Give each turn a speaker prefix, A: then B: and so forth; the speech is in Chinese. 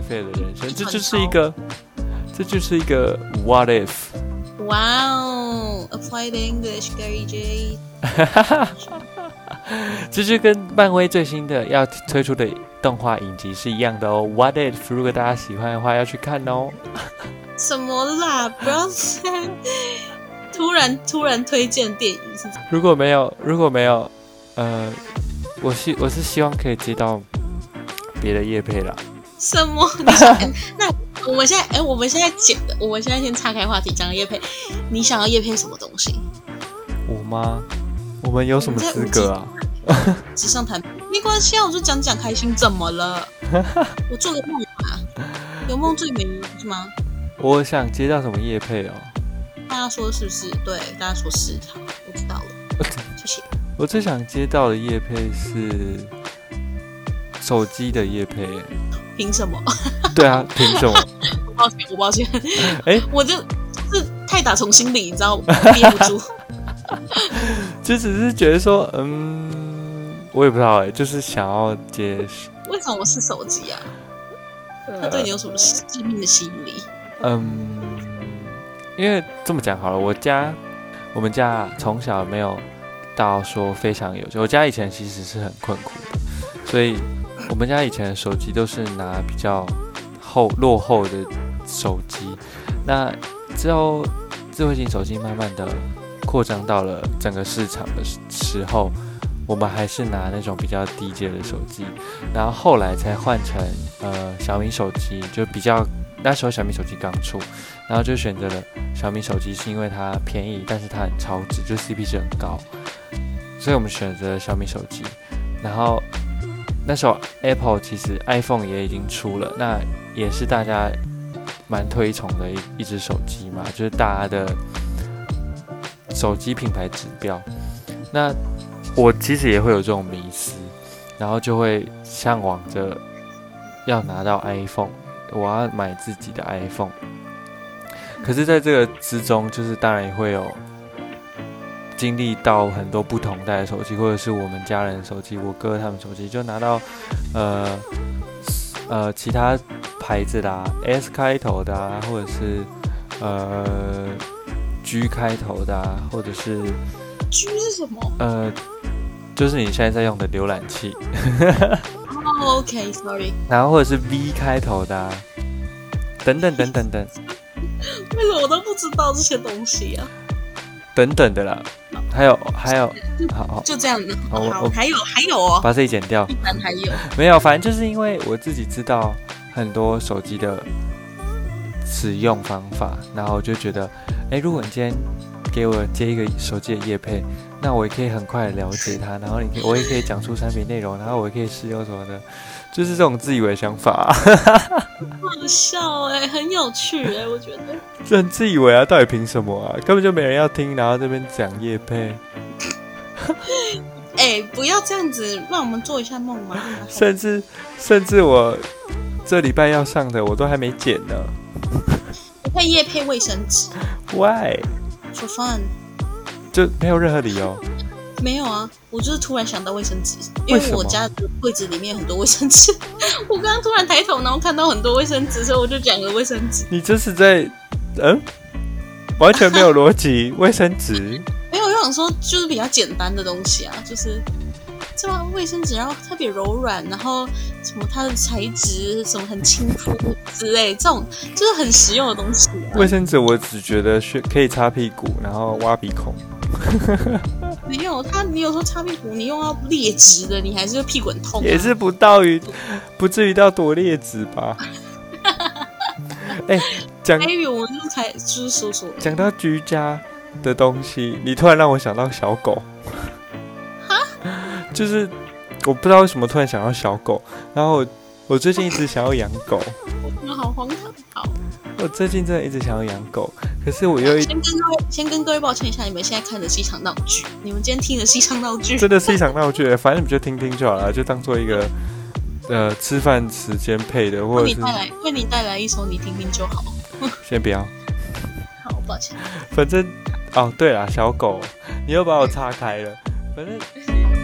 A: 费的人生，这就是一个，这就是一个 what if。
B: Wow, applied English, Gary J.
A: 这就跟漫威最新的要推出的动画影集是一样的哦。What if？如果大家喜欢的话，要去看哦。
B: 什么啦？不要 现在突然突然推荐电影是怎么
A: 如果没有，如果没有，呃，我希我是希望可以接到别的业配啦。
B: 什么？你 想那我们现在哎、我们现在剪的，我们现在先岔开话题讲叶配。你想要叶配什么东西？
A: 我吗？我们有什么资格啊？
B: 纸上谈兵没关系啊，我就讲讲开心，怎么 了？我做个梦嘛，有梦最美是吗？
A: 我想接到什么业配哦？
B: 大家说是不是？对，大家说是，好，我知道了，谢谢。
A: 我最想接到的业配是手机的业配。
B: 凭什么？
A: 对啊，品种。
B: 我抱歉，我抱歉，
A: 哎
B: 我这是太打从心里，你知道，我憋不 住。
A: 就只是觉得说，嗯，我也不知道哎、就是想要接，
B: 为什么是手机啊？它对你有什么致命的吸引力？
A: 嗯，因为这么讲好了，我家我们家啊从小没有到说非常有钱，我家以前其实是很困苦的，所以我们家以前的手机都是拿比较后落后的手机，那之后智慧型手机慢慢的扩张到了整个市场的时时候。我们还是拿那种比较低阶的手机，然后后来才换成呃小米手机，就比较那时候小米手机刚出，然后就选择了小米手机，是因为它便宜，但是它很超值，就 CP 值很高，所以我们选择了小米手机。然后那时候 Apple 其实 iPhone 也已经出了，那也是大家蛮推崇的一一只手机嘛，就是大家的手机品牌指标。那我其实也会有这种迷思，然后就会向往着要拿到 iPhone，我要买自己的 iPhone。可是，在这个之中，就是当然也会有经历到很多不同代的手机，或者是我们家人的手机，我哥他们手机就拿到呃呃其他牌子的、啊、S 开头的、啊，或者是呃 G 开头的、啊，或者是
B: G 是什么、
A: 呃，就是你现在在用的浏览器，
B: o k s o r r y
A: 然后或者是 V 开头的、啊，等等等等等
B: 为什么我都不知道这些东西啊？
A: 等等的啦，还有还有，好好
B: 就这样子。
A: 好我
B: 好，
A: 我
B: 还有还有哦，
A: 把这里剪掉
B: 一，般还有。
A: 没有，反正就是因为我自己知道很多手机的使用方法，然后我就觉得，哎，如果你今天给我接一个手机的业配，那我也可以很快地了解它，然后你可以我也可以讲出产品内容，然后我也可以试用什么的，就是这种自以为想法、
B: 好笑哎、很有趣哎、我觉得。
A: 这很自以为啊，到底凭什么啊？根本就没人要听，然后这边讲叶配，
B: 哎、不要这样子，让我们做一下梦嘛。
A: 甚至甚至我这礼拜要上的我都还没剪呢
B: 我配夜配卫生纸
A: ，why？
B: ，for fun。
A: 就没有任何理由。
B: 没有啊，我就是突然想到卫生纸，因
A: 为什
B: 为
A: 么
B: 我家的柜子里面很多卫生纸。 我刚刚突然抬头，然后看到很多卫生纸，所以我就讲了卫生纸。
A: 你这是在嗯，完全没有逻 辑。卫生纸，
B: 没有，我想说就是比较简单的东西啊，就是这样卫生纸，然后特别柔软，然后什么它的材质什么很亲肤之类，这种就是很实用的东西、啊。
A: 卫生纸，我只觉得是可以擦屁股，然后挖鼻孔。
B: 没有它，你有时候擦屁股，你用到劣质的，你还是屁股很痛、啊。
A: 也是不到于，不至于到多劣质 吧？哎、讲
B: m a y 我们就才就是说说
A: 讲到居家的东西，你突然让我想到小狗，就是我不知道为什么突然想到小狗，然后我我最近一直想要养狗，
B: 好荒唐。好，
A: 我最近真的一直想要养狗，可是我又一
B: 先跟各位先跟各位抱歉一下，你们现在看的是一场闹剧，你们今天听的是一场闹剧。
A: 真的是一场闹剧，反正你们就听听就好了，就当做一个呃吃饭时间配的，或者
B: 为哦你
A: 是
B: 带来为你带来一首你听听就好。
A: 先不要，
B: 好，抱歉。
A: 反正哦对啦，小狗，你又把我岔开了，反正。